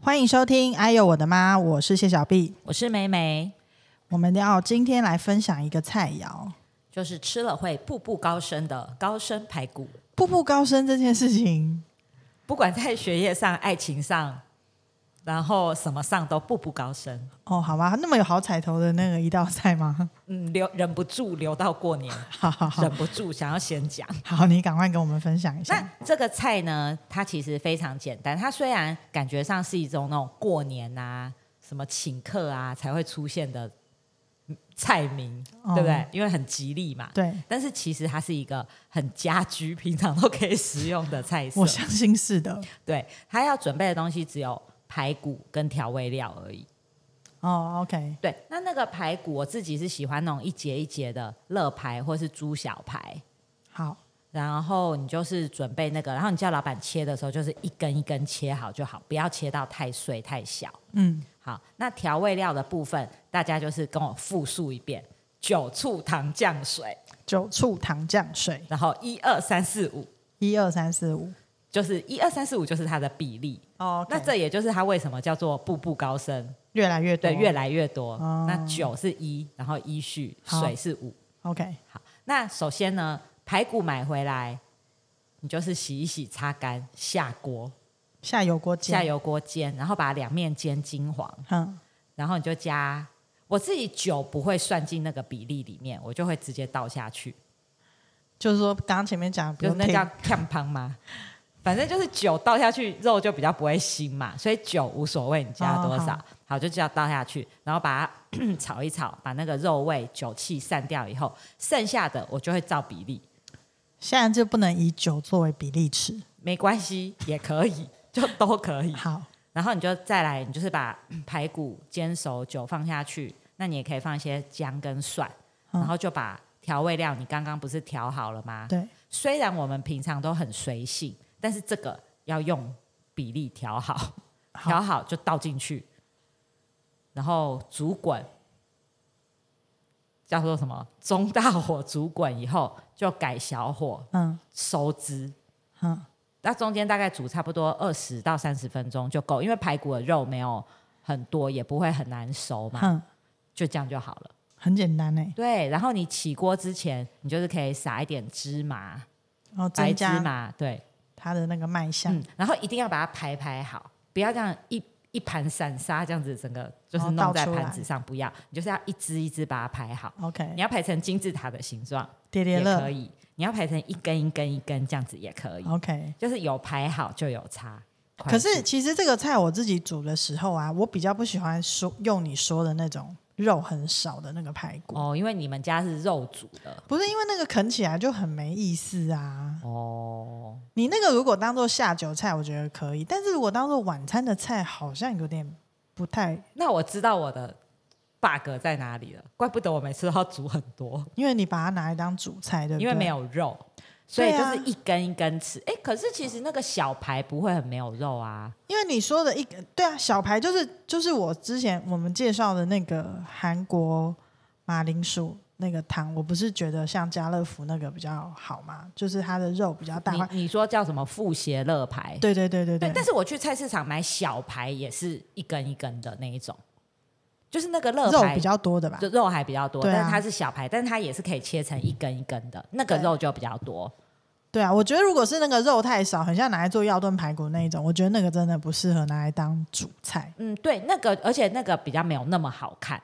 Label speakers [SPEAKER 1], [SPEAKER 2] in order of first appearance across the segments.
[SPEAKER 1] 欢迎收听《哎呦我的妈》，我是谢小碧。
[SPEAKER 2] 我是梅梅，
[SPEAKER 1] 我们要今天来分享一个菜肴
[SPEAKER 2] 就是吃了会步步高升的高升排骨。
[SPEAKER 1] ——步步高升这件事情。
[SPEAKER 2] 不管在学业上、爱情上，然后什么上都步步高升。
[SPEAKER 1] 哦，好吧，那么有好彩头的那个一道菜吗？
[SPEAKER 2] 嗯，留忍不住留到过年，
[SPEAKER 1] 好好好
[SPEAKER 2] 忍，不住想要先 讲。
[SPEAKER 1] 好，你赶快跟我们分享一下
[SPEAKER 2] 那。这个菜呢，它其实非常简单。它虽然感觉上是一种那种过年啊、什么请客啊才会出现的嗯菜名，
[SPEAKER 1] 哦
[SPEAKER 2] 对不对？因为很吉利嘛。
[SPEAKER 1] 对，
[SPEAKER 2] 但是其实它是一个很家居、平常都可以食用的菜色。
[SPEAKER 1] 我相信是的。
[SPEAKER 2] 对，它要准备的东西只有排骨跟调味料而已。
[SPEAKER 1] 哦，OK，
[SPEAKER 2] 对，那那个排骨我自己是喜欢那种一节一节的乐排或是猪小排，
[SPEAKER 1] 好，
[SPEAKER 2] 然后你就是准备那个，然后你叫老板切的时候就是一根一根切好就好，不要切到太碎太小。
[SPEAKER 1] 嗯，
[SPEAKER 2] 好，那调味料的部分大家就是跟我复述一遍：酒、醋、糖、酱、水，
[SPEAKER 1] 酒醋糖酱水，
[SPEAKER 2] 然后一二三四五，
[SPEAKER 1] 一二三四五。
[SPEAKER 2] 就是一二三四五就是它的比例。
[SPEAKER 1] 哦
[SPEAKER 2] 那这也就是它为什么叫做步步高升。
[SPEAKER 1] 越来越多，
[SPEAKER 2] 对，越来越多。
[SPEAKER 1] 哦
[SPEAKER 2] 那酒是一，然后一序
[SPEAKER 1] 好
[SPEAKER 2] 水是五。
[SPEAKER 1] OK，
[SPEAKER 2] 好，那首先呢，排骨买回来，你就是洗一洗、擦干，下锅，
[SPEAKER 1] 下油锅
[SPEAKER 2] 下
[SPEAKER 1] 煎，
[SPEAKER 2] 油锅煎，然后把两面煎金黄，
[SPEAKER 1] 嗯，
[SPEAKER 2] 然后你就加。我自己酒不会算进那个比例里面，我就会直接倒下去，
[SPEAKER 1] 就是说刚刚前面讲，不
[SPEAKER 2] 就是
[SPEAKER 1] 用
[SPEAKER 2] 那叫
[SPEAKER 1] 停
[SPEAKER 2] 看汤吗？反正就是酒倒下去，肉就比较不会腥嘛，所以酒无所谓，你加多
[SPEAKER 1] 哦
[SPEAKER 2] 少，
[SPEAKER 1] 好
[SPEAKER 2] 好就这样倒下去，然后把它 炒一炒，把那个肉味、酒气散掉以后，剩下的我就会照比例，
[SPEAKER 1] 现在就不能以酒作为比例尺。
[SPEAKER 2] 没关系，也可以， 就都可以。
[SPEAKER 1] 好，
[SPEAKER 2] 然后你就再来，你就是把排骨煎熟，酒放下去，那你也可以放一些姜跟蒜，
[SPEAKER 1] 嗯
[SPEAKER 2] 然后就把调味料，你刚刚不是调好了吗？
[SPEAKER 1] 对，
[SPEAKER 2] 虽然我们平常都很随性，但是这个要用比例调好，
[SPEAKER 1] 好
[SPEAKER 2] 调好就倒进去，然后煮滚，叫做什么中大火煮滚以后，就改小火
[SPEAKER 1] 嗯
[SPEAKER 2] 收汁。
[SPEAKER 1] 嗯。
[SPEAKER 2] 那中间大概煮差不多二十到三十分钟就够，因为排骨的肉没有很多，也不会很难熟嘛，
[SPEAKER 1] 哼，
[SPEAKER 2] 就这样就好了。
[SPEAKER 1] 很简单哎，
[SPEAKER 2] 对，然后你起锅之前，你就是可以撒一点芝麻，
[SPEAKER 1] 然后哦
[SPEAKER 2] 白
[SPEAKER 1] 增
[SPEAKER 2] 芝
[SPEAKER 1] 加
[SPEAKER 2] 麻，对，
[SPEAKER 1] 它的那个卖相，
[SPEAKER 2] 嗯，然后一定要把它排排好，不要这样一一盘散沙这样子，整个就是
[SPEAKER 1] 哦倒
[SPEAKER 2] 弄在
[SPEAKER 1] 出来
[SPEAKER 2] 盘子上，不要，你就是要一只一只把它排好。
[SPEAKER 1] OK，
[SPEAKER 2] 你要排成金字塔的形状
[SPEAKER 1] 叠叠
[SPEAKER 2] 也可
[SPEAKER 1] 乐
[SPEAKER 2] 以，你要排成一根一根一根这样子也可以，
[SPEAKER 1] OK。
[SPEAKER 2] 就是有排好就有差。
[SPEAKER 1] 可是
[SPEAKER 2] 宽度
[SPEAKER 1] 其实这个菜我自己煮的时候啊，我比较不喜欢说用你说的那种肉很少的那个排骨，
[SPEAKER 2] 哦，因为你们家是肉煮的
[SPEAKER 1] 不是因为那个啃起来就很没意思啊。
[SPEAKER 2] 哦，
[SPEAKER 1] 你那个如果当做下酒菜，我觉得可以，但是如果当做晚餐的菜，好像有点不太，
[SPEAKER 2] 那我知道我的 bug 在哪里了，怪不得我每次都要煮很多，
[SPEAKER 1] 因为你把它拿来当主菜，对不对？
[SPEAKER 2] 因为没有肉。所以
[SPEAKER 1] 对
[SPEAKER 2] 就
[SPEAKER 1] 啊
[SPEAKER 2] 是一根一根吃，哎、可是其实那个小排不会很没有肉啊，
[SPEAKER 1] 因为你说的一个对啊，小排就是就是我之前我们介绍的那个韩国马铃薯那个汤，我不是觉得像家乐福那个比较好嘛，就是它的肉比较大块。
[SPEAKER 2] 你你说叫什么富协乐牌？
[SPEAKER 1] 对对对对对，
[SPEAKER 2] 但是我去菜市场买小牌也是一根一根的那一种，就是那个乐
[SPEAKER 1] 肉
[SPEAKER 2] 牌
[SPEAKER 1] 比较多的吧
[SPEAKER 2] 就？肉还比较多，
[SPEAKER 1] 对啊
[SPEAKER 2] 但是它是小牌，但是它也是可以切成一根一根的，那个
[SPEAKER 1] 对
[SPEAKER 2] 肉就比较多。
[SPEAKER 1] 对啊，我觉得如果是那个肉太少，很像拿来做药炖排骨那一种，我觉得那个真的不适合拿来当主菜。
[SPEAKER 2] 嗯，对，那个而且那个比较没有那么好看，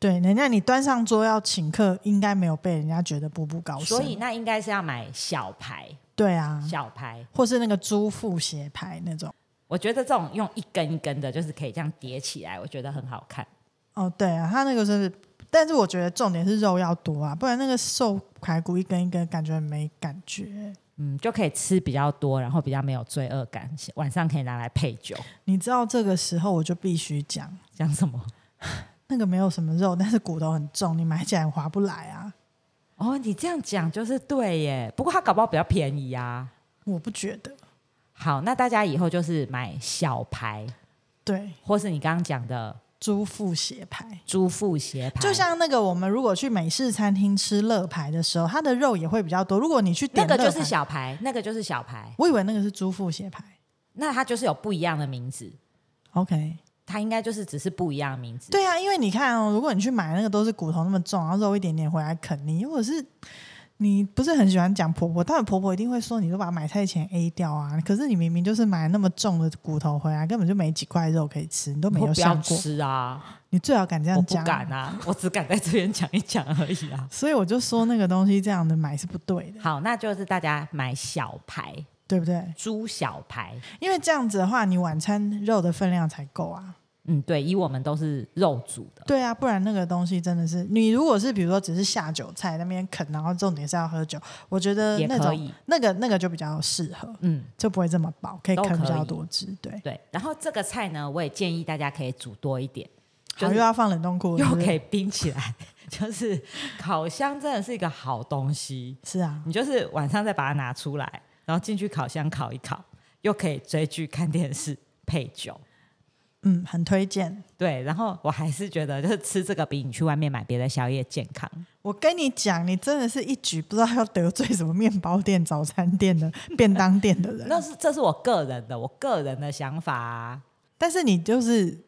[SPEAKER 1] 对，人家你端上桌要请客，应该没有被人家觉得步步高升。
[SPEAKER 2] 所以那应该是要买小牌，
[SPEAKER 1] 对啊，
[SPEAKER 2] 小牌。
[SPEAKER 1] 或是那个猪腹斜排那种。
[SPEAKER 2] 我觉得这种用一根一根的，就是可以这样叠起来，我觉得很好看。
[SPEAKER 1] 哦，对啊，它那个是，但是我觉得重点是肉要多啊，不然那个瘦排骨一根一根，感觉很没感觉。
[SPEAKER 2] 嗯，就可以吃比较多，然后比较没有罪恶感，晚上可以拿来配酒。
[SPEAKER 1] 你知道这个时候我就必须讲，
[SPEAKER 2] 讲什么？
[SPEAKER 1] 那个没有什么肉，但是骨头很重，你买起来划不来啊。
[SPEAKER 2] 哦，你这样讲就是对耶。不过它搞不好比较便宜啊。
[SPEAKER 1] 我不觉得，
[SPEAKER 2] 好，那大家以后就是买小牌，
[SPEAKER 1] 对，
[SPEAKER 2] 或是你刚刚讲的
[SPEAKER 1] 猪腹斜排。
[SPEAKER 2] 猪腹斜排，
[SPEAKER 1] 就像那个，我们如果去美式餐厅吃乐排的时候，它的肉也会比较多。如果你去
[SPEAKER 2] 那
[SPEAKER 1] 点
[SPEAKER 2] 个就
[SPEAKER 1] 乐
[SPEAKER 2] 是
[SPEAKER 1] 排，
[SPEAKER 2] 小牌，那个就是小牌，
[SPEAKER 1] 我以为那个是猪腹斜排
[SPEAKER 2] 那它就是有不一样的名字。
[SPEAKER 1] OK，
[SPEAKER 2] 它应该就是只是不一样的名字。
[SPEAKER 1] 对啊，因为你看哦，如果你去买那个都是骨头那么重，然后肉一点点回来啃你，或者是你不是很喜欢讲婆婆，当然婆婆一定会说你都把买菜钱 A 掉啊。可是你明明就是买那么重的骨头回来，根本就没几块肉可以吃，你都没
[SPEAKER 2] 我
[SPEAKER 1] 有
[SPEAKER 2] 不要
[SPEAKER 1] 上过，
[SPEAKER 2] 吃啊！
[SPEAKER 1] 你最好敢这
[SPEAKER 2] 我
[SPEAKER 1] 样
[SPEAKER 2] 不
[SPEAKER 1] 讲。
[SPEAKER 2] 敢啊，我只敢在这边讲一讲而已啊。
[SPEAKER 1] 所以我就说那个东西这样的买是不对的，
[SPEAKER 2] 好，那就是大家买小排
[SPEAKER 1] 对不对？
[SPEAKER 2] 猪小排。
[SPEAKER 1] 因为这样子的话，你晚餐肉的分量才够啊。
[SPEAKER 2] 嗯，对，以我们都是肉煮的，
[SPEAKER 1] 对啊，不然那个东西真的是，你如果是比如说只是下酒菜那边啃，然后重点是要喝酒，我觉得
[SPEAKER 2] 也
[SPEAKER 1] 那
[SPEAKER 2] 可
[SPEAKER 1] 种
[SPEAKER 2] 以。
[SPEAKER 1] 那个那个就比较适合，
[SPEAKER 2] 嗯，
[SPEAKER 1] 就不会这么饱，可以
[SPEAKER 2] 都
[SPEAKER 1] 啃比
[SPEAKER 2] 可
[SPEAKER 1] 较
[SPEAKER 2] 以
[SPEAKER 1] 多汁。对，
[SPEAKER 2] 对。然后这个菜呢，我也建议大家可以煮多一点，就
[SPEAKER 1] 好又
[SPEAKER 2] 是
[SPEAKER 1] 要放冷冻库，
[SPEAKER 2] 又
[SPEAKER 1] 是不是
[SPEAKER 2] 可以冰起来。 就是烤箱真的是一个好东西，
[SPEAKER 1] 是啊，
[SPEAKER 2] 你就是晚上再把它拿出来，然后进去烤箱烤一烤，又可以追剧、看电视、配酒。
[SPEAKER 1] 嗯，很推荐。
[SPEAKER 2] 对，然后我还是觉得，就是吃这个比你去外面买别的宵夜健康。
[SPEAKER 1] 我跟你讲，你真的是一举不知道要得罪什么面包店、早餐店的便当店的 人。
[SPEAKER 2] 那是这是我个人的，我个人的想法、啊。
[SPEAKER 1] 但是你就是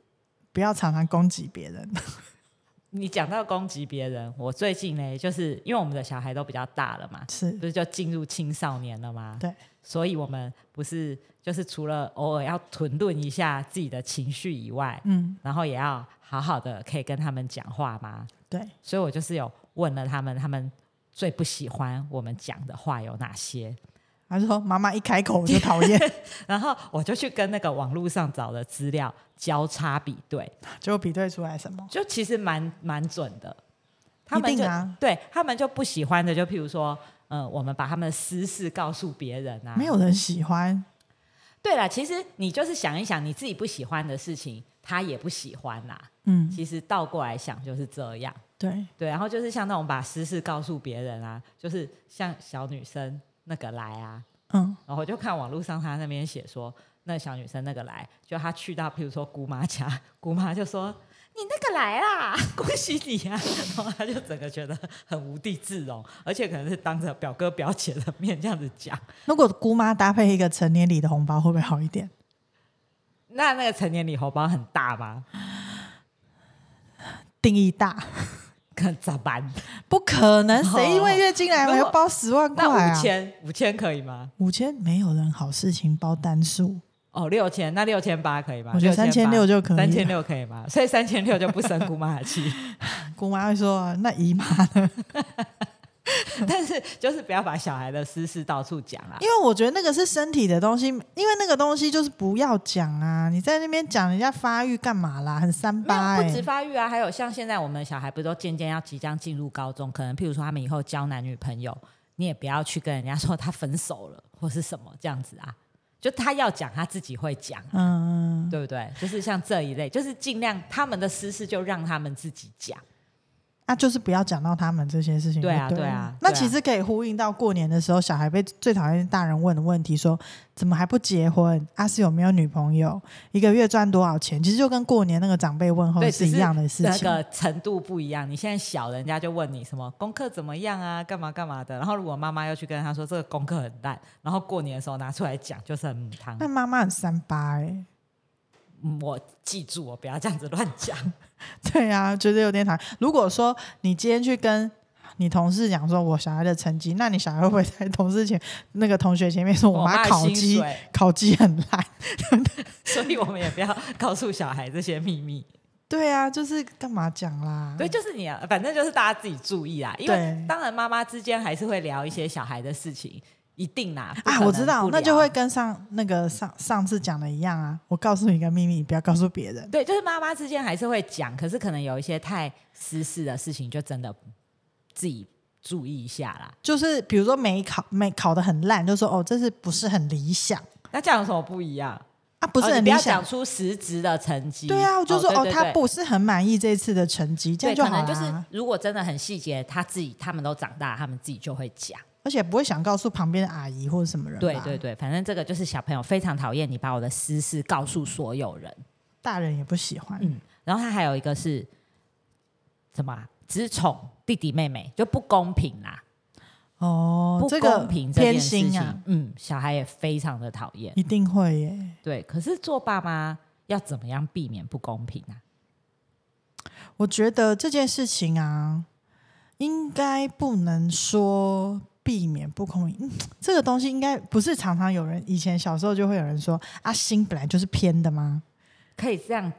[SPEAKER 1] 不要常常攻击别人，
[SPEAKER 2] 你讲到攻击别人，我最近呢，就是因为我们的小孩都比较大了嘛，
[SPEAKER 1] 是
[SPEAKER 2] 不是就进入青少年了吗？
[SPEAKER 1] 对，
[SPEAKER 2] 所以我们不是就是除了偶尔要屯顿一下自己的情绪以外，
[SPEAKER 1] 嗯，
[SPEAKER 2] 然后也要好好的可以跟他们讲话吗？
[SPEAKER 1] 对，
[SPEAKER 2] 所以我就是有问了他们，他们最不喜欢我们讲的话有哪些，
[SPEAKER 1] 他说妈妈一开口我就讨 厌，
[SPEAKER 2] 然后我就去跟那个网络上找的资料交叉比对，
[SPEAKER 1] 结果比对出来什么？
[SPEAKER 2] 就其实蛮蛮准的。他们
[SPEAKER 1] 一
[SPEAKER 2] 就、
[SPEAKER 1] 定啊
[SPEAKER 2] 对他们就不喜欢的，就譬如说，呃，我们把他们的私事告诉别人啊，
[SPEAKER 1] 没有人喜欢，
[SPEAKER 2] 对啦，其实你就是想一想，你自己不喜欢的事情，他也不喜欢啦、
[SPEAKER 1] 嗯，
[SPEAKER 2] 其实倒过来想就是这样，
[SPEAKER 1] 对，
[SPEAKER 2] 对。然后就是像那种把私事告诉别人啊，就是像小女生那个来啊，
[SPEAKER 1] 嗯，
[SPEAKER 2] 然后我就看网络上他那边写说，那小女生那个来，就她去到譬如说姑妈家，姑妈就说你那个来啦， 恭喜你啊，然后她就整个觉得很无地自容，而且可能是当着表哥表姐的面这样子讲。
[SPEAKER 1] 如果姑妈搭配一个成年礼的红包，会不会好一点？
[SPEAKER 2] 那那个成年礼红包很大吗？
[SPEAKER 1] 定义 大，
[SPEAKER 2] 可能咋办？
[SPEAKER 1] 不可能，
[SPEAKER 2] 哦
[SPEAKER 1] 谁因为月经来
[SPEAKER 2] 如
[SPEAKER 1] 了
[SPEAKER 2] 果
[SPEAKER 1] 要包十万块
[SPEAKER 2] 那
[SPEAKER 1] 啊
[SPEAKER 2] 五？千五千可以吗？
[SPEAKER 1] 五千没有人好事情包单数，
[SPEAKER 2] 哦，六千，那六千八可以吗？
[SPEAKER 1] 我觉得
[SPEAKER 2] 6800
[SPEAKER 1] 3600就可以了
[SPEAKER 2] 三千六可以吗？所以三千六就不生姑妈 的气。
[SPEAKER 1] 姑妈会说那姨 妈呢？
[SPEAKER 2] 但是就是不要把小孩的私事到处讲啊。
[SPEAKER 1] 因为我觉得那个是身体的东西，因为那个东西就是不要讲啊！你在那边讲人家发育干嘛啦？很三
[SPEAKER 2] 没
[SPEAKER 1] 八
[SPEAKER 2] 有
[SPEAKER 1] 哎、
[SPEAKER 2] 不止发育啊，还有像现在我们的小孩不都渐渐要即将进入高中，可能譬如说他们以后交男女朋友，你也不要去跟人家说他分手了或是什么这样子啊，就他要讲他自己会讲啊，
[SPEAKER 1] 嗯，
[SPEAKER 2] 对不对？就是像这一类，就是尽量他们的私事就让他们自己讲。
[SPEAKER 1] 那就是不要讲到他们这些事情就
[SPEAKER 2] 对
[SPEAKER 1] 了。
[SPEAKER 2] 啊对啊
[SPEAKER 1] 那
[SPEAKER 2] 对啊
[SPEAKER 1] 其实可以呼应到过年的时候，小孩被最讨厌大人问的问题说怎么还不结婚？阿、啊、是有没有女朋友？一个月赚多少钱？其实就跟过年那个长辈问候
[SPEAKER 2] 对
[SPEAKER 1] 哦是
[SPEAKER 2] 只
[SPEAKER 1] 一
[SPEAKER 2] 是
[SPEAKER 1] 样的事
[SPEAKER 2] 那
[SPEAKER 1] 情。
[SPEAKER 2] 个程度不一样，你现在小，人家就问你什么功课怎么样啊，干嘛干嘛的。然后如果妈妈要去跟他说这个功课很烂，然后过年的时候拿出来讲，就是很母汤。
[SPEAKER 1] 那妈妈很三八哎、
[SPEAKER 2] 嗯我记住，我不要这样子乱讲。
[SPEAKER 1] 对啊，觉得有点讨厌。如果说你今天去跟你同事讲说我小孩的成绩，那你小孩会不会在同事前那个同学前面说我妈
[SPEAKER 2] 的
[SPEAKER 1] 烤
[SPEAKER 2] 薪
[SPEAKER 1] 鸡
[SPEAKER 2] 水，
[SPEAKER 1] 烤鸡很烂？
[SPEAKER 2] 所以我们也不要告诉小孩这些 秘密。
[SPEAKER 1] 对啊，就是干嘛讲啦？
[SPEAKER 2] 对，就是你、啊，反正就是大家自己注意啦。因为
[SPEAKER 1] 对
[SPEAKER 2] 当然妈妈之间还是会聊一些小孩的事情，一定啦。不可
[SPEAKER 1] 啊，
[SPEAKER 2] 能
[SPEAKER 1] 我知道
[SPEAKER 2] 不，聊
[SPEAKER 1] 那就会跟上那个上上次讲的一样啊。我告诉你一个秘密，你不要告诉别人。
[SPEAKER 2] 对，就是妈妈之间还是会讲，可是可能有一些太私事的事情，就真的自己注意一下啦。
[SPEAKER 1] 就是比如说没考没考得很烂，就说哦，这是不是很理想
[SPEAKER 2] 那这样有什么不一样？
[SPEAKER 1] 啊？不是
[SPEAKER 2] 哦你
[SPEAKER 1] 很
[SPEAKER 2] 不
[SPEAKER 1] 理
[SPEAKER 2] 要
[SPEAKER 1] 想
[SPEAKER 2] 讲。出实质的成绩。
[SPEAKER 1] 对啊，我就说
[SPEAKER 2] 对
[SPEAKER 1] 哦
[SPEAKER 2] 对
[SPEAKER 1] 他
[SPEAKER 2] 对
[SPEAKER 1] 不是很满意这次的成绩，这
[SPEAKER 2] 对，
[SPEAKER 1] 样就
[SPEAKER 2] 可
[SPEAKER 1] 好啊
[SPEAKER 2] 能
[SPEAKER 1] 啦。
[SPEAKER 2] 就是如果真的很细节，他自己他们都长大，他们自己就会讲。
[SPEAKER 1] 而且不会想告诉旁边的阿姨或者什么人吧。
[SPEAKER 2] 对对对，反正这个就是小朋友非常讨厌你把我的私事告诉所有人。
[SPEAKER 1] 大人也不喜欢。
[SPEAKER 2] 嗯然后他还有一个是什么啊、只宠弟弟妹妹，就不公平啦，
[SPEAKER 1] 哦
[SPEAKER 2] 不，
[SPEAKER 1] 这个
[SPEAKER 2] 公平这
[SPEAKER 1] 偏
[SPEAKER 2] 件事
[SPEAKER 1] 心
[SPEAKER 2] 情。
[SPEAKER 1] 啊，
[SPEAKER 2] 嗯，小孩也非常的讨厌。
[SPEAKER 1] 一定会耶。
[SPEAKER 2] 对，可是做爸妈要怎么样避免不公平啊？
[SPEAKER 1] 我觉得这件事情啊，应该不能说避免不公平。嗯这个东西应该不是常常有人以前小时候就会有人说啊，心本来就是偏的吗？
[SPEAKER 2] 可以这样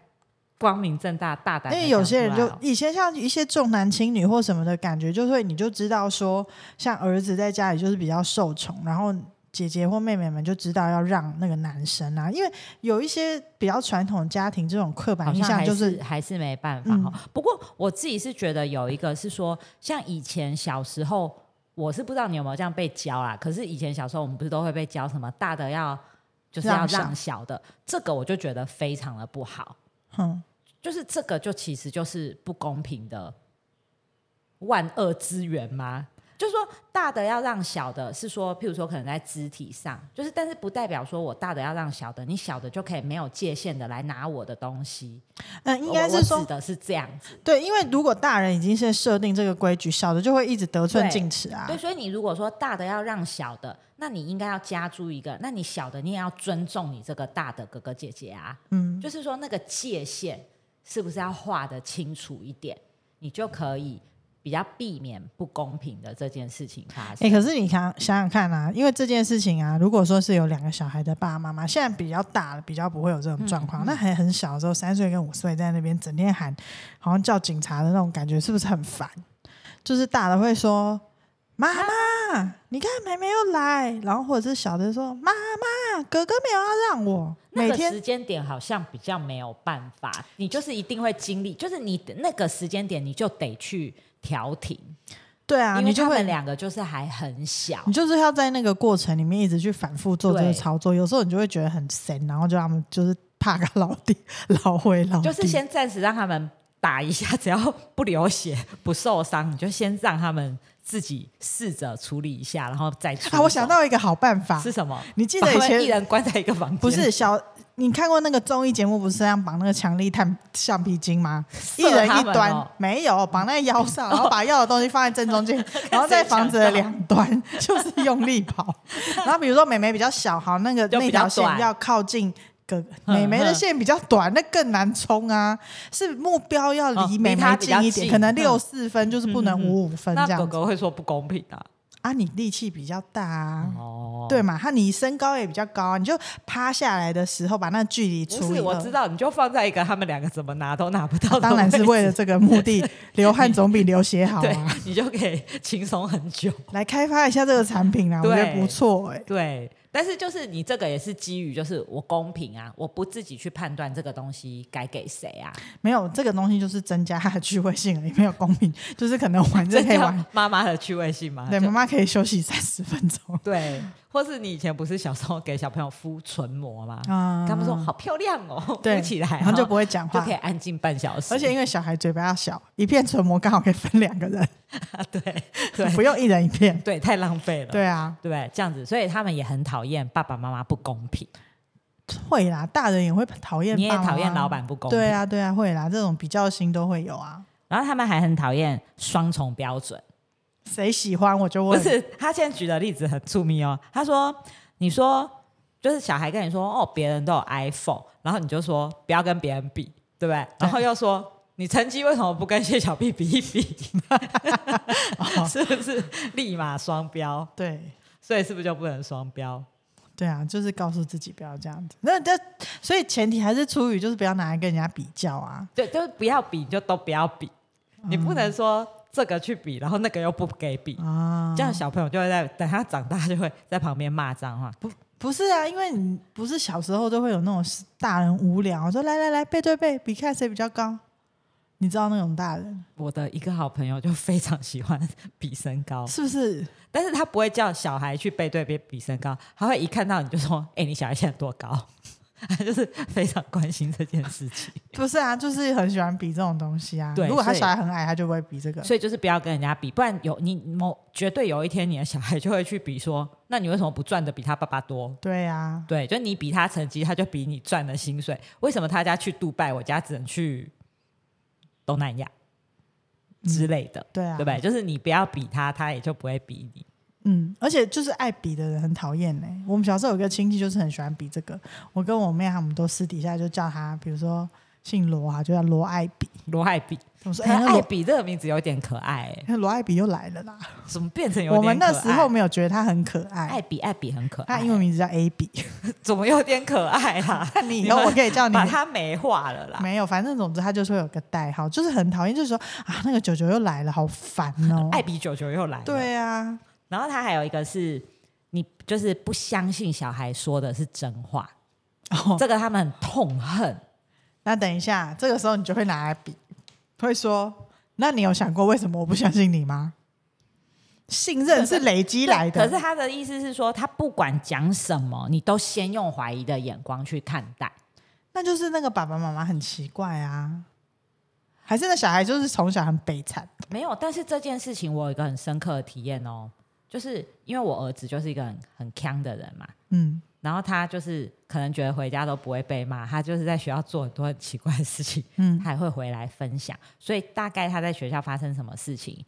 [SPEAKER 2] 光明正大、大胆
[SPEAKER 1] 因
[SPEAKER 2] 地讲出来哦、
[SPEAKER 1] 为有些人就以前像一些重男轻女或什么的感觉，就会你就知道说，像儿子在家里就是比较受宠，然后姐姐或妹妹们就知道要让那个男生啊，因为有一些比较传统的家庭，这种刻
[SPEAKER 2] 好
[SPEAKER 1] 板印
[SPEAKER 2] 像
[SPEAKER 1] 象
[SPEAKER 2] 还
[SPEAKER 1] 就是嗯
[SPEAKER 2] 还是没办法哈、不过我自己是觉得有一个是说，像以前小时候，我是不知道你有没有这样被教啦。可是以前小时候，我们不是都会被教什么大的要就是要
[SPEAKER 1] 让小
[SPEAKER 2] 让小的，这个我就觉得非常的不好。
[SPEAKER 1] 哼，
[SPEAKER 2] 就是这个就其实就是不公平的万恶之源吗？就是说大的要让小的，是说譬如说可能在肢体上，就是但是不代表说我大的要让小的，你小的就可以没有界限的来拿我的东西。
[SPEAKER 1] 嗯，应该
[SPEAKER 2] 哦我
[SPEAKER 1] 是
[SPEAKER 2] 我
[SPEAKER 1] 说
[SPEAKER 2] 指的是这样子。
[SPEAKER 1] 对，因为如果大人已经是设定这个规矩，小的就会一直得寸
[SPEAKER 2] 对
[SPEAKER 1] 进尺啊
[SPEAKER 2] 对，。所以你如果说大的要让小的，那你应该要加注一个，那你小的你也要尊重你这个大的哥哥姐姐啊。
[SPEAKER 1] 嗯，
[SPEAKER 2] 就是说那个界限是不是要画的清楚一点，你就可以比较避免不公平的这件事情发
[SPEAKER 1] 哎、
[SPEAKER 2] 生。
[SPEAKER 1] 可是你想想想看啊，因为这件事情啊，如果说是有两个小孩的爸爸妈妈，现在比较大了，比较不会有这种状况。
[SPEAKER 2] 嗯
[SPEAKER 1] 那还很小的时候，三岁跟五岁在那边整天喊，好像叫警察的那种感觉，是不是很烦？就是大的会说：“妈妈，你看妹妹又来。”然后或者是小的说：“妈妈，哥哥没有要让我。”
[SPEAKER 2] 那
[SPEAKER 1] 每
[SPEAKER 2] 个
[SPEAKER 1] 天
[SPEAKER 2] 时间点好像比较没有办法，你就是一定会经历，就是你那个时间点你就得去调停，
[SPEAKER 1] 对啊，
[SPEAKER 2] 因为
[SPEAKER 1] 你就
[SPEAKER 2] 他
[SPEAKER 1] 会
[SPEAKER 2] 们两个就是还很小
[SPEAKER 1] 你。就是要在那个过程里面一直去反复做这个
[SPEAKER 2] 对
[SPEAKER 1] 操作，有时候你就会觉得很神，然后就让他们就是怕个老弟 老回老弟，
[SPEAKER 2] 就是先暂时让他们打一下，只要不流血、不受伤，你就先让他们自己试着处理一下，然后再出手。
[SPEAKER 1] 啊，我想到一个好办法
[SPEAKER 2] 是，什么？
[SPEAKER 1] 你记
[SPEAKER 2] 把
[SPEAKER 1] 得以
[SPEAKER 2] 他们一
[SPEAKER 1] 前
[SPEAKER 2] 人关在一个房间，
[SPEAKER 1] 不是小，你看过那个综艺节目，不是这样绑那个强力碳橡皮筋吗？一
[SPEAKER 2] 他
[SPEAKER 1] 人一
[SPEAKER 2] 们
[SPEAKER 1] 端，
[SPEAKER 2] 哦
[SPEAKER 1] 没有绑在腰 上，然后把要的东西放在正中间，然后在房子的两端 就是用力 跑。然后比如说美眉比较小，好，那个
[SPEAKER 2] 就比
[SPEAKER 1] 那
[SPEAKER 2] 较
[SPEAKER 1] 条线
[SPEAKER 2] 短
[SPEAKER 1] 要靠近。哥，
[SPEAKER 2] 嗯
[SPEAKER 1] 美眉的
[SPEAKER 2] 嗯
[SPEAKER 1] 线比较短，那更难冲啊！是目标要
[SPEAKER 2] 哦
[SPEAKER 1] 离
[SPEAKER 2] 离
[SPEAKER 1] 美眉
[SPEAKER 2] 她比
[SPEAKER 1] 近
[SPEAKER 2] 较
[SPEAKER 1] 一点，
[SPEAKER 2] 近
[SPEAKER 1] 可能
[SPEAKER 2] 嗯
[SPEAKER 1] 六四分，就是不能
[SPEAKER 2] 嗯嗯嗯
[SPEAKER 1] 五五分这
[SPEAKER 2] 那
[SPEAKER 1] 样
[SPEAKER 2] 狗
[SPEAKER 1] 子
[SPEAKER 2] 狗会说不公平啊。
[SPEAKER 1] 啊。你力气比较大啊，
[SPEAKER 2] 哦，
[SPEAKER 1] 对嘛？他你身高也比较高啊，你就趴下来的时候把那距离除
[SPEAKER 2] 不
[SPEAKER 1] 以
[SPEAKER 2] 是，
[SPEAKER 1] 二。
[SPEAKER 2] 我知道，你就放在一个他们两个怎么拿都拿不到的位置，
[SPEAKER 1] 啊当然是为 了这个目的，流汗总比流血好
[SPEAKER 2] 对
[SPEAKER 1] 啊！，
[SPEAKER 2] 你就可以轻松很久。
[SPEAKER 1] 来开发一下这个产品啊啦，我觉得
[SPEAKER 2] 对
[SPEAKER 1] 不错哎、
[SPEAKER 2] 对，但是就是你这个也是基于，就是我公平啊，我不自己去判断这个东西该给谁啊。
[SPEAKER 1] 没有这个东西就是增加它的趣味性而已，没有公平，就是可能玩这
[SPEAKER 2] 这
[SPEAKER 1] 可以
[SPEAKER 2] 叫
[SPEAKER 1] 玩，
[SPEAKER 2] 妈妈的趣味性吗？
[SPEAKER 1] 对，
[SPEAKER 2] 就
[SPEAKER 1] 妈妈可以休息三十分钟
[SPEAKER 2] 对，或是你以前不是小时候给小朋友敷唇膜吗？
[SPEAKER 1] 啊。
[SPEAKER 2] 跟 他们说好漂亮哦，
[SPEAKER 1] 对
[SPEAKER 2] 敷起来，
[SPEAKER 1] 然后就不会讲
[SPEAKER 2] 就
[SPEAKER 1] 话
[SPEAKER 2] 可以，安静半小时。
[SPEAKER 1] 而且因为小孩嘴巴要小，一片唇膜刚好可以分两个人，
[SPEAKER 2] 对对
[SPEAKER 1] 不用一人一片。
[SPEAKER 2] 对，太浪费了。
[SPEAKER 1] 对啊，
[SPEAKER 2] 对不对，这样子，所以他们也很讨厌爸爸妈妈不公平，
[SPEAKER 1] 会啦，大人也会讨厌，
[SPEAKER 2] 你也讨厌老。板不公平。
[SPEAKER 1] 对，啊，对啊，会啦，这种比较心都会有啊。
[SPEAKER 2] 然后他们还很讨厌双重标准。
[SPEAKER 1] 谁喜欢我就
[SPEAKER 2] 不
[SPEAKER 1] 问，
[SPEAKER 2] 是，他现在举的例子很出名哦。他说：“你说就是小孩跟你说哦，别人都有 iPhone，然后你就说不要跟别人比，对不对？然后又说你成绩为什么不跟谢小 B 比一比？ 是不是立马双标？
[SPEAKER 1] 对
[SPEAKER 2] 所以是不是就不能双标？
[SPEAKER 1] 对啊，就是告诉自己不要这样子。那这所以前提还是出于就是不要拿来跟人家比较啊。
[SPEAKER 2] 对，就是不要比，就都不要比。你不能说这个去比，然后那个又不给比，
[SPEAKER 1] 啊，
[SPEAKER 2] 这样小朋友就会在等他长大就会在旁边骂脏话。
[SPEAKER 1] 不是啊，因为你不是小时候都会有那种大人无聊，说来来来背对背比看谁比较高，你知道那种大人
[SPEAKER 2] 我的一个好朋友就非常喜欢比身高，
[SPEAKER 1] 是不是？
[SPEAKER 2] 但是他不会叫小孩去背对背比身高，他会一看到你就说：“哎、你小孩现在多高？” 他就是非常关心这件事 情，
[SPEAKER 1] 不是啊，就是很喜欢比这种东西啊。
[SPEAKER 2] 对
[SPEAKER 1] 如果他
[SPEAKER 2] 所以
[SPEAKER 1] 小孩很矮，他就不会比这个。
[SPEAKER 2] 所以就是不要跟人家比，不然有你某绝对有一天你的小孩就会去比说：“那你为什么不赚的比他爸爸多
[SPEAKER 1] 对啊？”，
[SPEAKER 2] 对，就你比他成绩，他就比你赚的薪水。为什么他家去杜拜，我家只能去东南亚之类的，
[SPEAKER 1] 对啊，
[SPEAKER 2] 对不对？就是你不要比他，他也就不会比你。
[SPEAKER 1] 嗯，而且就是爱比的人很讨厌呢。我们小时候有个亲戚就是很喜欢比这个，我跟我妹他们都私底下就叫他，比如说姓罗啊，就叫罗爱比。
[SPEAKER 2] 罗爱比，
[SPEAKER 1] 我说
[SPEAKER 2] 可
[SPEAKER 1] 哎，
[SPEAKER 2] 能
[SPEAKER 1] 那
[SPEAKER 2] 爱
[SPEAKER 1] 罗哎
[SPEAKER 2] 比这个名字有点可爱、欸，
[SPEAKER 1] 那罗爱比又来了啦。
[SPEAKER 2] 怎么变成有点
[SPEAKER 1] 我们那
[SPEAKER 2] 可
[SPEAKER 1] 时
[SPEAKER 2] 爱
[SPEAKER 1] 候没有觉得他很可
[SPEAKER 2] 爱
[SPEAKER 1] 爱，
[SPEAKER 2] 比爱比很可爱，
[SPEAKER 1] 他英文名字叫 A 比。
[SPEAKER 2] 怎么有点可爱啦？
[SPEAKER 1] 那你以后我可以叫你
[SPEAKER 2] 把它美化了啦。
[SPEAKER 1] 没有，反正总之他就是会有个代号，就是很讨厌，就是说啊，那个九九又来了，好烦哦。
[SPEAKER 2] 爱比九九又来了，
[SPEAKER 1] 对啊，
[SPEAKER 2] 然后他还有一个是，你就是不相信小孩说的是真话，
[SPEAKER 1] 哦，
[SPEAKER 2] 这个他们很痛恨。
[SPEAKER 1] 那等一下，这个时候你就会拿来比，会说：“那你有想过为什么我不相信你吗？”信任是累积来的，
[SPEAKER 2] 可是他的意思是说，他不管讲什么，你都先用怀疑的眼光去看待。
[SPEAKER 1] 那就是那个爸爸妈妈很奇怪啊，还是那小孩就是从小很悲惨，
[SPEAKER 2] 没有，但是这件事情我有一个很深刻的体验哦，就是因为我儿子就是一个很很强的人嘛，
[SPEAKER 1] 嗯，
[SPEAKER 2] 然后他就是可能觉得回家都不会被骂，他就是在学校做很多很奇怪的事情，
[SPEAKER 1] 嗯
[SPEAKER 2] 他还会回来分享，所以大概他在学校发生什么事情，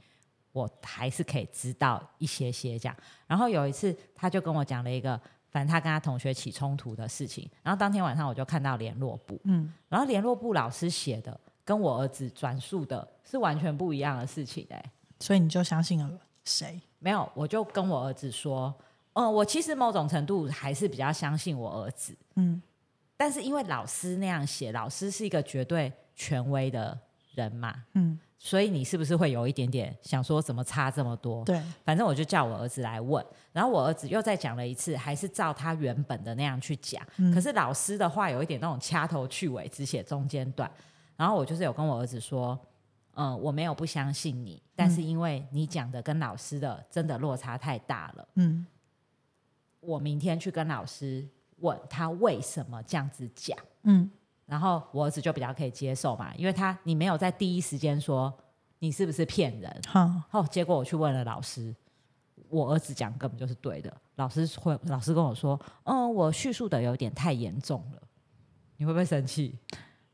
[SPEAKER 2] 我还是可以知道一些些这样。然后有一次，他就跟我讲了一个，反正他跟他同学起冲突的事情，然后当天晚上我就看到联络簿，
[SPEAKER 1] 嗯，
[SPEAKER 2] 然后联络簿老师写的跟我儿子转述的是完全不一样的事情、哎，
[SPEAKER 1] 所以你就相信了谁？
[SPEAKER 2] 没有，我就跟我儿子说，嗯，我其实某种程度还是比较相信我儿子。
[SPEAKER 1] 嗯，
[SPEAKER 2] 但是因为老师那样写，老师是一个绝对权威的人嘛，
[SPEAKER 1] 嗯，
[SPEAKER 2] 所以你是不是会有一点点想说怎么差这么多？
[SPEAKER 1] 对，
[SPEAKER 2] 反正我就叫我儿子来问，然后我儿子又再讲了一次，还是照他原本的那样去讲。可是老师的话有一点那种掐头去尾，只写中间段。然后我就是有跟我儿子说，嗯，我没有不相信你，但是因为你讲的跟老师的真的落差太大了，
[SPEAKER 1] 嗯，
[SPEAKER 2] 我明天去跟老师问他为什么这样子讲。
[SPEAKER 1] 嗯，
[SPEAKER 2] 然后我儿子就比较可以接受嘛，因为他你没有在第一时间说你是不是骗人，
[SPEAKER 1] 好，
[SPEAKER 2] 哦，结果我去问了老师，我儿子讲根本就是对的。老师会，老师跟我说，嗯，我叙述的有点太严重了。你会不会生气？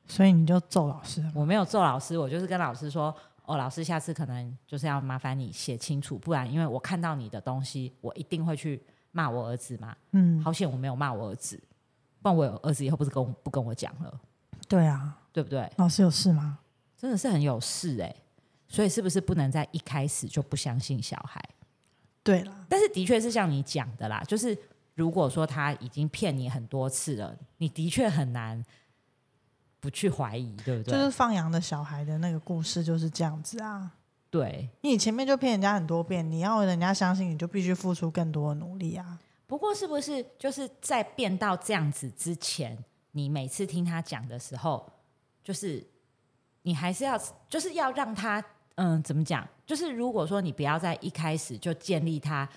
[SPEAKER 1] 所以你就揍老师了吗。
[SPEAKER 2] 我没有揍老师，我就是跟老师说，哦，老师，下次可能就是要麻烦你写清楚，不然因为我看到你的东西，我一定会去骂我儿子嘛。
[SPEAKER 1] 嗯，
[SPEAKER 2] 好险我没有骂我儿子，不然我儿子以后不是跟我不跟我讲了，
[SPEAKER 1] 对啊，
[SPEAKER 2] 对不对？
[SPEAKER 1] 老师有事吗？
[SPEAKER 2] 真的是很有事哎、所以是不是不能在一开始就不相信小孩？
[SPEAKER 1] 对了，
[SPEAKER 2] 但是的确是像你讲的啦，就是如果说他已经骗你很多次了，你的确很难不去怀疑，对不
[SPEAKER 1] 就
[SPEAKER 2] 对？
[SPEAKER 1] 是放羊的小孩的那个故事就是这样子啊。
[SPEAKER 2] 对。
[SPEAKER 1] 你前面就骗人家很多遍，你要人家相信，你就必须付出更多的努力啊。
[SPEAKER 2] 不过是不是就是在变到这样子之前，你每次听他讲的时候，就是你还是要就是要让他嗯怎么讲？就是如果说你不要在一开始就建立他，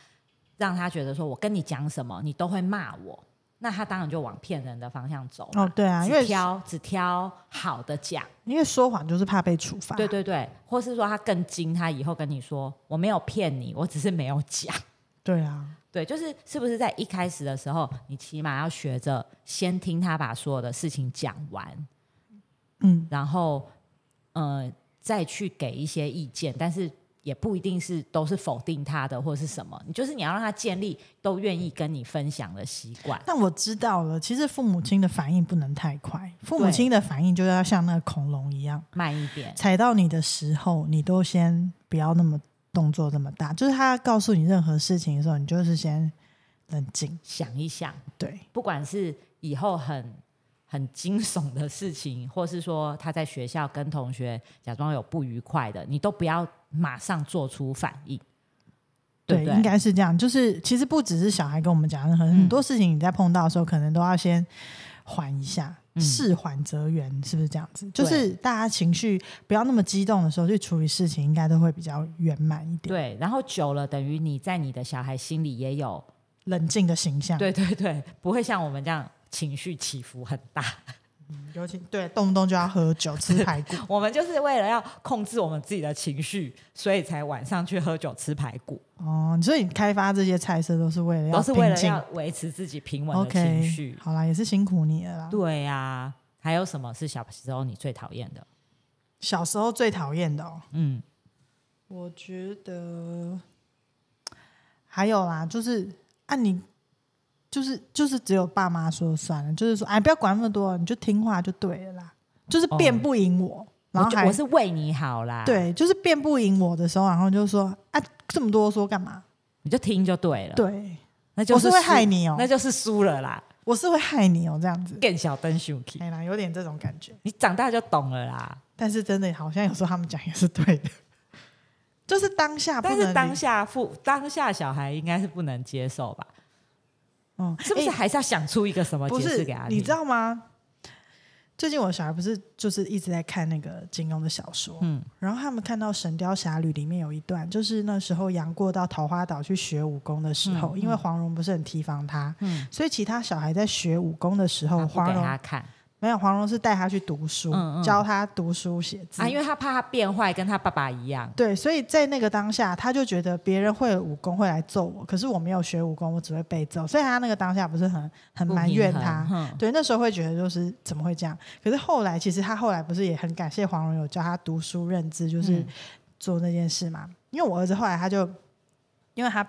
[SPEAKER 2] 让他觉得说我跟你讲什么，你都会骂我。那他当然就往骗人的方向走嘛
[SPEAKER 1] 哦，对啊，因
[SPEAKER 2] 只
[SPEAKER 1] 为
[SPEAKER 2] 挑只挑好的讲，
[SPEAKER 1] 因为说谎就是怕被处罚，
[SPEAKER 2] 对，对对，或是说他更精，他以后跟你说我没有骗你，我只是没有讲，
[SPEAKER 1] 对啊，
[SPEAKER 2] 对，就是是不是在一开始的时候，你起码要学着先听他把所有的事情讲完，
[SPEAKER 1] 嗯，
[SPEAKER 2] 然后呃再去给一些意见，但是也不一定是都是否定他的或是什么，你就是你要让他建立都愿意跟你分享的习惯，
[SPEAKER 1] 那我知道了。其实父母亲的反应不能太快，父母亲的反应就要像那个恐龙一样，
[SPEAKER 2] 慢一点，
[SPEAKER 1] 踩到你的时候，你都先不要那么动作这么大，就是他告诉你任何事情的时候，你就是先冷静，
[SPEAKER 2] 想一想。
[SPEAKER 1] 对，
[SPEAKER 2] 不管是以后很很惊悚的事情，或是说他在学校跟同学假装有不愉快的，你都不要马上做出反应，对
[SPEAKER 1] 对，
[SPEAKER 2] 不对？
[SPEAKER 1] 应该是这样。就是其实不只是小孩跟我们讲任何
[SPEAKER 2] 嗯
[SPEAKER 1] 很多事情，你在碰到的时候，可能都要先缓一下，
[SPEAKER 2] 嗯
[SPEAKER 1] 事缓则圆，是不是这样子？就
[SPEAKER 2] 对
[SPEAKER 1] 是大家情绪不要那么激动的时候去处理事情，应该都会比较圆满一点。，
[SPEAKER 2] 对。然后久了，等于你在你的小孩心里也有，
[SPEAKER 1] 冷静的形象，，
[SPEAKER 2] 对对对，不会像我们这样情绪起伏很大。
[SPEAKER 1] 尤其对，动不动就要喝酒、吃排骨，
[SPEAKER 2] 我们就是为了要控制我们自己的情绪，所以才晚上去喝酒吃排骨，
[SPEAKER 1] 哦，所以你开发这些菜色都是为了要
[SPEAKER 2] 都是为
[SPEAKER 1] 平
[SPEAKER 2] 了
[SPEAKER 1] 静
[SPEAKER 2] 要维持自己平稳的情
[SPEAKER 1] OK，
[SPEAKER 2] 绪。
[SPEAKER 1] 好啦，也是辛苦你了啦。
[SPEAKER 2] 对呀、还有什么是小时候你最讨厌的？
[SPEAKER 1] 小时候最讨厌的哦，
[SPEAKER 2] 嗯，
[SPEAKER 1] 我觉得还有啦，就是按、你，就是就是只有爸妈说算了，就是说哎，不要管那么多，你就听话就对了啦。就是辩
[SPEAKER 2] 哦
[SPEAKER 1] 不赢我，然
[SPEAKER 2] 我
[SPEAKER 1] 后
[SPEAKER 2] 就
[SPEAKER 1] 还
[SPEAKER 2] 我是为你好啦，，
[SPEAKER 1] 对，就是辩不赢我的时候，然后就说啊，这么多说干嘛？
[SPEAKER 2] 你就听就对了，，
[SPEAKER 1] 对，
[SPEAKER 2] 那就
[SPEAKER 1] 我是会
[SPEAKER 2] 输
[SPEAKER 1] 害你哦
[SPEAKER 2] 那就是输了啦，
[SPEAKER 1] 我是会害你哦，这样子。
[SPEAKER 2] 更小灯 Shuki，
[SPEAKER 1] 哎啦，有点这种感觉，
[SPEAKER 2] 你长大就懂了啦。
[SPEAKER 1] 但是真的好像有时候他们讲也是对的，就是当下不
[SPEAKER 2] 但
[SPEAKER 1] 能
[SPEAKER 2] 是当
[SPEAKER 1] 理，
[SPEAKER 2] 下父当下小孩应该是不能接受吧？
[SPEAKER 1] 嗯，
[SPEAKER 2] 是不是
[SPEAKER 1] 哎
[SPEAKER 2] 还是要想出一个什么
[SPEAKER 1] 不
[SPEAKER 2] 解
[SPEAKER 1] 是
[SPEAKER 2] 释给他？
[SPEAKER 1] 你知？道吗？最近我小孩不是就是一直在看那个金庸的小说，
[SPEAKER 2] 嗯，
[SPEAKER 1] 然后他们看到《神雕侠侣》里面有一段，就是那时候杨过到桃花岛去学武功的时候，
[SPEAKER 2] 嗯
[SPEAKER 1] 因为
[SPEAKER 2] 嗯
[SPEAKER 1] 黄蓉不是很提防他，
[SPEAKER 2] 嗯
[SPEAKER 1] 所以其他小孩在学武功的时候，
[SPEAKER 2] 啊他不
[SPEAKER 1] 黄
[SPEAKER 2] 给
[SPEAKER 1] 蓉
[SPEAKER 2] 他看
[SPEAKER 1] 没有黄蓉是带他去读书，
[SPEAKER 2] 嗯嗯
[SPEAKER 1] 教他读书写字。
[SPEAKER 2] 啊，因为他怕他变坏，跟他爸爸一样。
[SPEAKER 1] 对，所以在那个当下，他就觉得别人会了武功会来揍我，可是我没有学武功，我只会被揍。所以他那个当下不是很很
[SPEAKER 2] 不
[SPEAKER 1] 埋
[SPEAKER 2] 平
[SPEAKER 1] 怨
[SPEAKER 2] 衡
[SPEAKER 1] 他，
[SPEAKER 2] 哼
[SPEAKER 1] 对，那时候会觉得就是怎么会这样？可是后来其实他后来不是也很感谢黄蓉有教他读书认字，就是
[SPEAKER 2] 嗯
[SPEAKER 1] 做那件事嘛。因为我儿子后来他就，因为他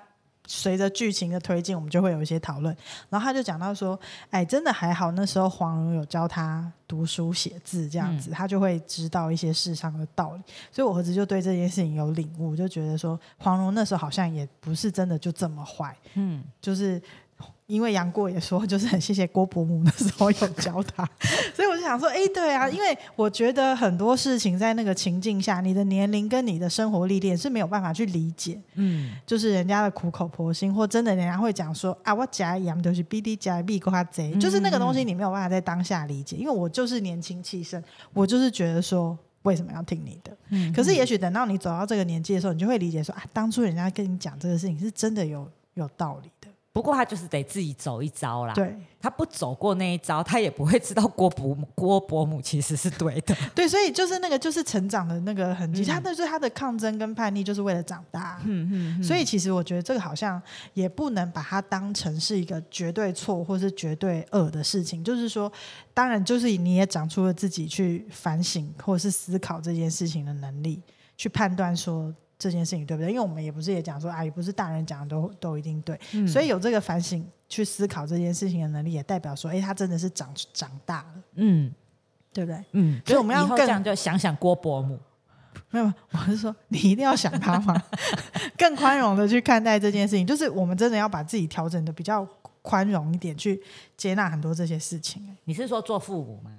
[SPEAKER 1] 随着剧情的推进，我们就会有一些讨论，然后他就讲到说，哎，真的还好那时候黄蓉有教他读书写字这样子，他就会知道一些世上的道理。所以我儿子就对这件事情有领悟，就觉得说黄蓉那时候好像也不是真的就这么坏，
[SPEAKER 2] 嗯，
[SPEAKER 1] 就是因为杨过也说，就是很谢谢郭伯母那时候有教他， 所以我就想说，哎、对啊，因为我觉得很多事情在那个情境下，你的年龄跟你的生活历练是没有办法去理解，
[SPEAKER 2] 嗯，
[SPEAKER 1] 就是人家的苦口婆心，或真的人家会讲说啊，我假羊就是 B D 假 B 瓜贼，
[SPEAKER 2] 嗯
[SPEAKER 1] 就是那个东西你没有办法在当下理解，因为我就是年轻气盛，我就是觉得说。为什么要听你的？
[SPEAKER 2] 嗯
[SPEAKER 1] 可是也许等到你走到这个年纪的时候，你就会理解说啊，当初人家跟你讲这个事情是真的有有道理的。
[SPEAKER 2] 不过他就是得自己走一招啦。
[SPEAKER 1] 对，
[SPEAKER 2] 他不走过那一招，他也不会知道郭伯母郭伯母其实是对 的。
[SPEAKER 1] 对，所以就是那个就是成长的那个痕迹，
[SPEAKER 2] 嗯
[SPEAKER 1] 他那就是他的抗争跟叛逆，就是为了长大。
[SPEAKER 2] 嗯嗯
[SPEAKER 1] 所以其实我觉得这个好像也不能把它当成是一个绝对错或是绝对恶的事情，就是说，当然就是你也长出了自己去反省或者是思考这件事情的能力，去判断说这件事情对不对，因为我们也不是也讲说啊，也不是大人讲的都都一定对，
[SPEAKER 2] 嗯
[SPEAKER 1] 所以有这个反省去思考这件事情的能力，也代表说，哎，他真的是长长大了，
[SPEAKER 2] 嗯
[SPEAKER 1] 对不对？
[SPEAKER 2] 嗯，
[SPEAKER 1] 所以
[SPEAKER 2] 就
[SPEAKER 1] 我们要
[SPEAKER 2] 以后
[SPEAKER 1] 更
[SPEAKER 2] 这样就想想郭伯母。
[SPEAKER 1] 没有，我是说你一定要想他嘛， 更宽容的去看待这件事情。就是我们真的要把自己调整的比较宽容一点，去接纳很多这些事情、哎
[SPEAKER 2] 你是说做父母吗？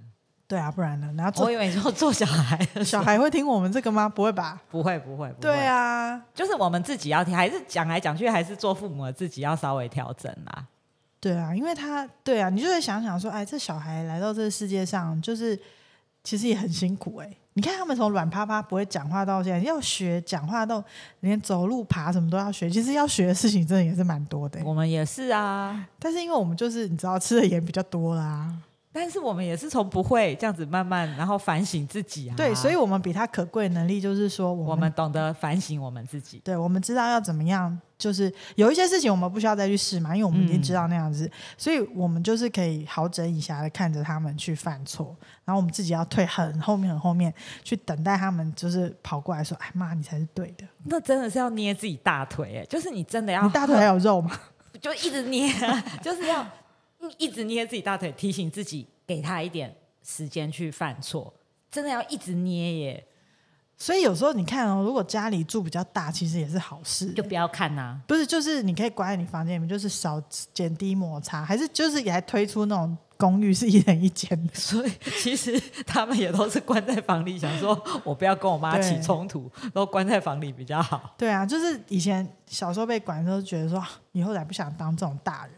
[SPEAKER 1] 对啊，不然呢？然后
[SPEAKER 2] 我
[SPEAKER 1] 做
[SPEAKER 2] 以为你说做小孩。
[SPEAKER 1] 小孩会听我们这个吗？不会吧？
[SPEAKER 2] 不会不会不会。
[SPEAKER 1] 对啊，
[SPEAKER 2] 就是我们自己要还是讲来讲去，还是做父母的自己要稍微调整啦。
[SPEAKER 1] 对啊，因为他对啊，你就会想想说，哎，这小孩来到这个世界上，就是其实也很辛苦哎、你看他们从软趴趴不会讲话到现在，要学讲话到连走路、爬什么都要学，其实要学的事情真的也是蛮多的、哎
[SPEAKER 2] 我们也是啊，
[SPEAKER 1] 但是因为我们就是你知道吃的盐比较多啦，
[SPEAKER 2] 但是我们也是从不会这样子慢慢，然后反省自己啊。
[SPEAKER 1] 对，所以我们比他可贵的能力就是说我们，
[SPEAKER 2] 我们懂得反省我们自己。
[SPEAKER 1] 对我们知道要怎么样，就是有一些事情我们不需要再去试嘛，因为我们已经知道那样子，
[SPEAKER 2] 嗯
[SPEAKER 1] 所以我们就是可以好整以暇的看着他们去犯错，然后我们自己要退很后面很后面去等待他们，就是跑过来说：“哎妈，你才是对的，
[SPEAKER 2] 那真的是要捏自己大腿、欸，就是你真的要
[SPEAKER 1] 你大腿还有肉吗？”
[SPEAKER 2] 就一直捏 啊，就是要一直捏自己大腿，提醒自己给他一点时间去犯错，真的要一直捏耶，
[SPEAKER 1] 所以有时候你看哦，如果家里住比较大，其实也是好事、
[SPEAKER 2] 就不要看啊呐、
[SPEAKER 1] 不是，就是你可以关在你房间里面，就是少减低摩擦，还是就是也还推出那种公寓是一人一间的。
[SPEAKER 2] 所以 其实他们也都是关在房里，想说我不要跟我妈起冲突，都关在房里比较 好。
[SPEAKER 1] 对啊，就是以前小时候被管的时候，觉得说啊以后才不想当这种大人，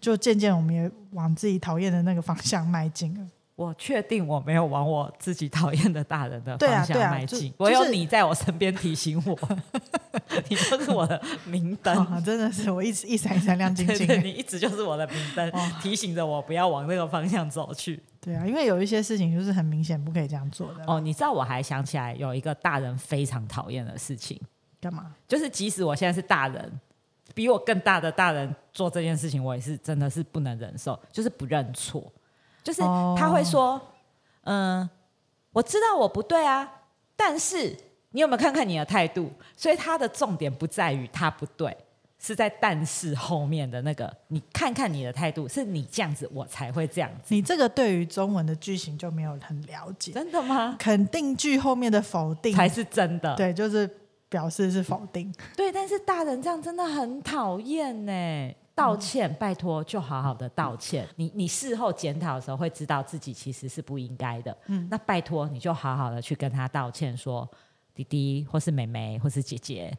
[SPEAKER 1] 就渐渐我们也往自己讨厌的那个方向迈进 了。
[SPEAKER 2] 我确定我没有往我自己讨厌的大人的
[SPEAKER 1] 对啊
[SPEAKER 2] 方向
[SPEAKER 1] 对啊
[SPEAKER 2] 迈
[SPEAKER 1] 就
[SPEAKER 2] 进，
[SPEAKER 1] 就
[SPEAKER 2] 我有
[SPEAKER 1] 是
[SPEAKER 2] 你在我身边提醒我， 你就是我的明灯。
[SPEAKER 1] 啊，真的是我一直一闪一闪亮晶
[SPEAKER 2] 对
[SPEAKER 1] 晶
[SPEAKER 2] 对，
[SPEAKER 1] 的。
[SPEAKER 2] 你一直就是我的明灯
[SPEAKER 1] 哇，
[SPEAKER 2] 提醒着我不要往那个方向走去。
[SPEAKER 1] 对啊，因为有一些事情就是很明显不可以这样做的。
[SPEAKER 2] 哦，你知道我还想起来有一个大人非常讨厌的事情，
[SPEAKER 1] 干嘛？
[SPEAKER 2] 就是即使我现在是大人，比我更大的大人做这件事情，我也是真的是不能忍受，就是不认错，就是
[SPEAKER 1] 哦
[SPEAKER 2] 他会说，嗯、我知道我不对啊，但是你有没有看看你的态度？所以他的重点不在于他不对，是在但是后面的那个，你看看你的态度，是你这样子，我才会这样子。
[SPEAKER 1] 你这个对于中文的句型就没有很了解，
[SPEAKER 2] 真的吗？
[SPEAKER 1] 肯定句后面的否定
[SPEAKER 2] 才是真的。
[SPEAKER 1] 对，就是表示是否定。
[SPEAKER 2] 对，但是大人这样真的很讨厌呢。道歉，拜托，就好好的道歉。你你事后检讨的时候会知道自己其实是不应该的。
[SPEAKER 1] 嗯
[SPEAKER 2] 那拜托，你就好好的去跟他道歉说，弟弟或是妹妹或是姐姐，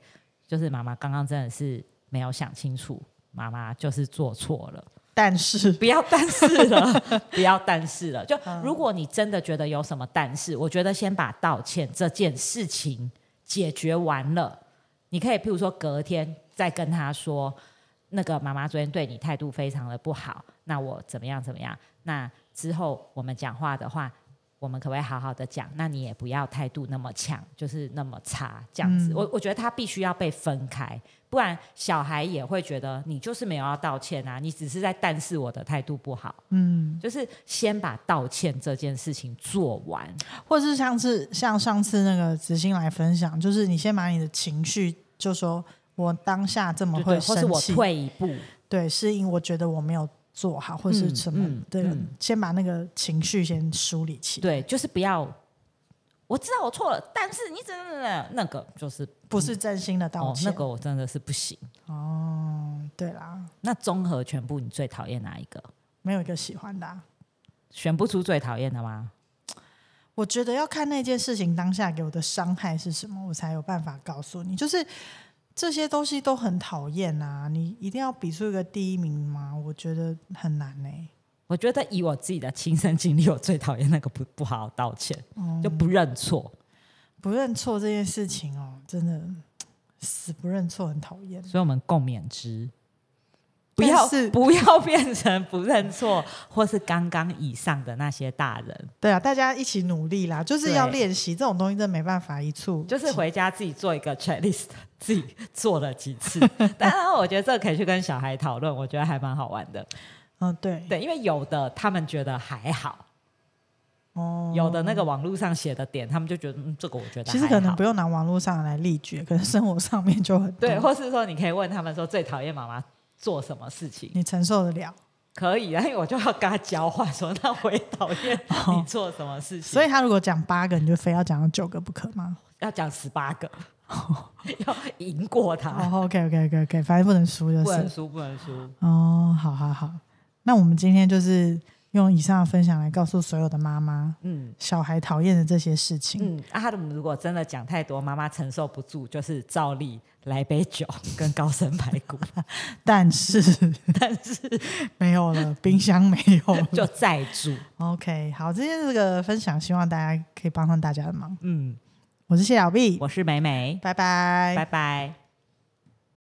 [SPEAKER 2] 就是妈妈刚刚真的是没有想清楚，妈妈就是做错了。
[SPEAKER 1] 但是，
[SPEAKER 2] 不要但是 了，不要但是了。就
[SPEAKER 1] 嗯
[SPEAKER 2] 如果你真的觉得有什么但是，我觉得先把道歉这件事情解决完了，你可以譬如说隔天再跟他说，那个妈妈昨天对你态度非常的不好，那我怎么样怎么样？那之后我们讲话的话。我们可不可以好好的讲？那你也不要态度那么强，就是那么差这样
[SPEAKER 1] 嗯
[SPEAKER 2] 子。我我觉得他必须要被分开，不然小孩也会觉得你就是没有要道歉啊，你只是在但是我的态度不好，
[SPEAKER 1] 嗯，
[SPEAKER 2] 就是先把道歉这件事情做完。
[SPEAKER 1] 或是像是像上次那个子欣来分享，就是你先把你的情绪，就说我当下这么
[SPEAKER 2] 对
[SPEAKER 1] 会
[SPEAKER 2] 对，或是
[SPEAKER 1] 生
[SPEAKER 2] 我
[SPEAKER 1] 气，
[SPEAKER 2] 退一步，
[SPEAKER 1] 对，是因为我觉得我没有做好，或是
[SPEAKER 2] 嗯
[SPEAKER 1] 什么
[SPEAKER 2] 嗯
[SPEAKER 1] 对，
[SPEAKER 2] 嗯
[SPEAKER 1] 先把那个情绪先梳理起，
[SPEAKER 2] 对，就是不要。我知道我错了，但是你怎么怎么那个就是
[SPEAKER 1] 不是真心的道
[SPEAKER 2] 嗯哦，
[SPEAKER 1] 歉。
[SPEAKER 2] 那个我真的是不行。
[SPEAKER 1] 哦，对啦，
[SPEAKER 2] 那综合全部，你最讨厌哪一个？
[SPEAKER 1] 没有一个喜欢的啊、
[SPEAKER 2] 选不出最讨厌的吗？
[SPEAKER 1] 我觉得要看那件事情当下给我的伤害是什么，我才有办法告诉你。就是这些东西都很讨厌啊，你一定要比出一个第一名吗？我觉得很难欸呢、
[SPEAKER 2] 我觉得以我自己的亲身经历，我最讨厌那个不不好好道歉，
[SPEAKER 1] 嗯
[SPEAKER 2] 就不认错。
[SPEAKER 1] 不认错这件事情哦，真的死不认错很讨厌。
[SPEAKER 2] 所以我们共勉之，不
[SPEAKER 1] 但
[SPEAKER 2] 要
[SPEAKER 1] 是
[SPEAKER 2] 不要变成不认错或是刚刚以上的那些大人，
[SPEAKER 1] 对啊，大家一起努力啦，就是要
[SPEAKER 2] 对
[SPEAKER 1] 练习这种东西，真的没办法一蹴即。
[SPEAKER 2] 就是回家自己做一个 checklist，自 己做了几 次。当然，我觉得这个可以去跟小孩讨论，我觉得还蛮好玩的。
[SPEAKER 1] 嗯，对
[SPEAKER 2] 对，因为有的他们觉得还好，
[SPEAKER 1] 哦
[SPEAKER 2] 有的那个网络上写的点，他们就觉得嗯，这个我觉得
[SPEAKER 1] 其实
[SPEAKER 2] 还
[SPEAKER 1] 可能
[SPEAKER 2] 好
[SPEAKER 1] 不用拿网络上来例举，可是生活上面就很多
[SPEAKER 2] 对，或是说你可以问他们说最讨厌妈妈做什么事情。
[SPEAKER 1] 你承受得了。
[SPEAKER 2] 可以，然后我就要跟他交换说，那我也讨厌
[SPEAKER 1] 哦
[SPEAKER 2] 你做什么事情。
[SPEAKER 1] 所以他如果讲八个，你就非要讲到九个不可吗？
[SPEAKER 2] 要讲十八个， 要赢过他，
[SPEAKER 1] 哦、o k OK OK OK，反正不能输就
[SPEAKER 2] 啊不能
[SPEAKER 1] 是。
[SPEAKER 2] 输，不能输。
[SPEAKER 1] 哦，好好好，那我们今天就是用以上的分享来告诉所有的妈妈，
[SPEAKER 2] 嗯
[SPEAKER 1] 小孩讨厌的这些事情。
[SPEAKER 2] 嗯，阿姆如果真的讲太多，妈妈承受不住，就是照例来杯酒跟高升排 骨，
[SPEAKER 1] 但是
[SPEAKER 2] 但是
[SPEAKER 1] 没有了，冰箱没有了。
[SPEAKER 2] 就再煮。
[SPEAKER 1] OK，好，今天这个分享希望大家可以帮上大家的忙。
[SPEAKER 2] 嗯，
[SPEAKER 1] 我是谢小 B，
[SPEAKER 2] 我是美美，
[SPEAKER 1] 拜拜
[SPEAKER 2] 拜拜。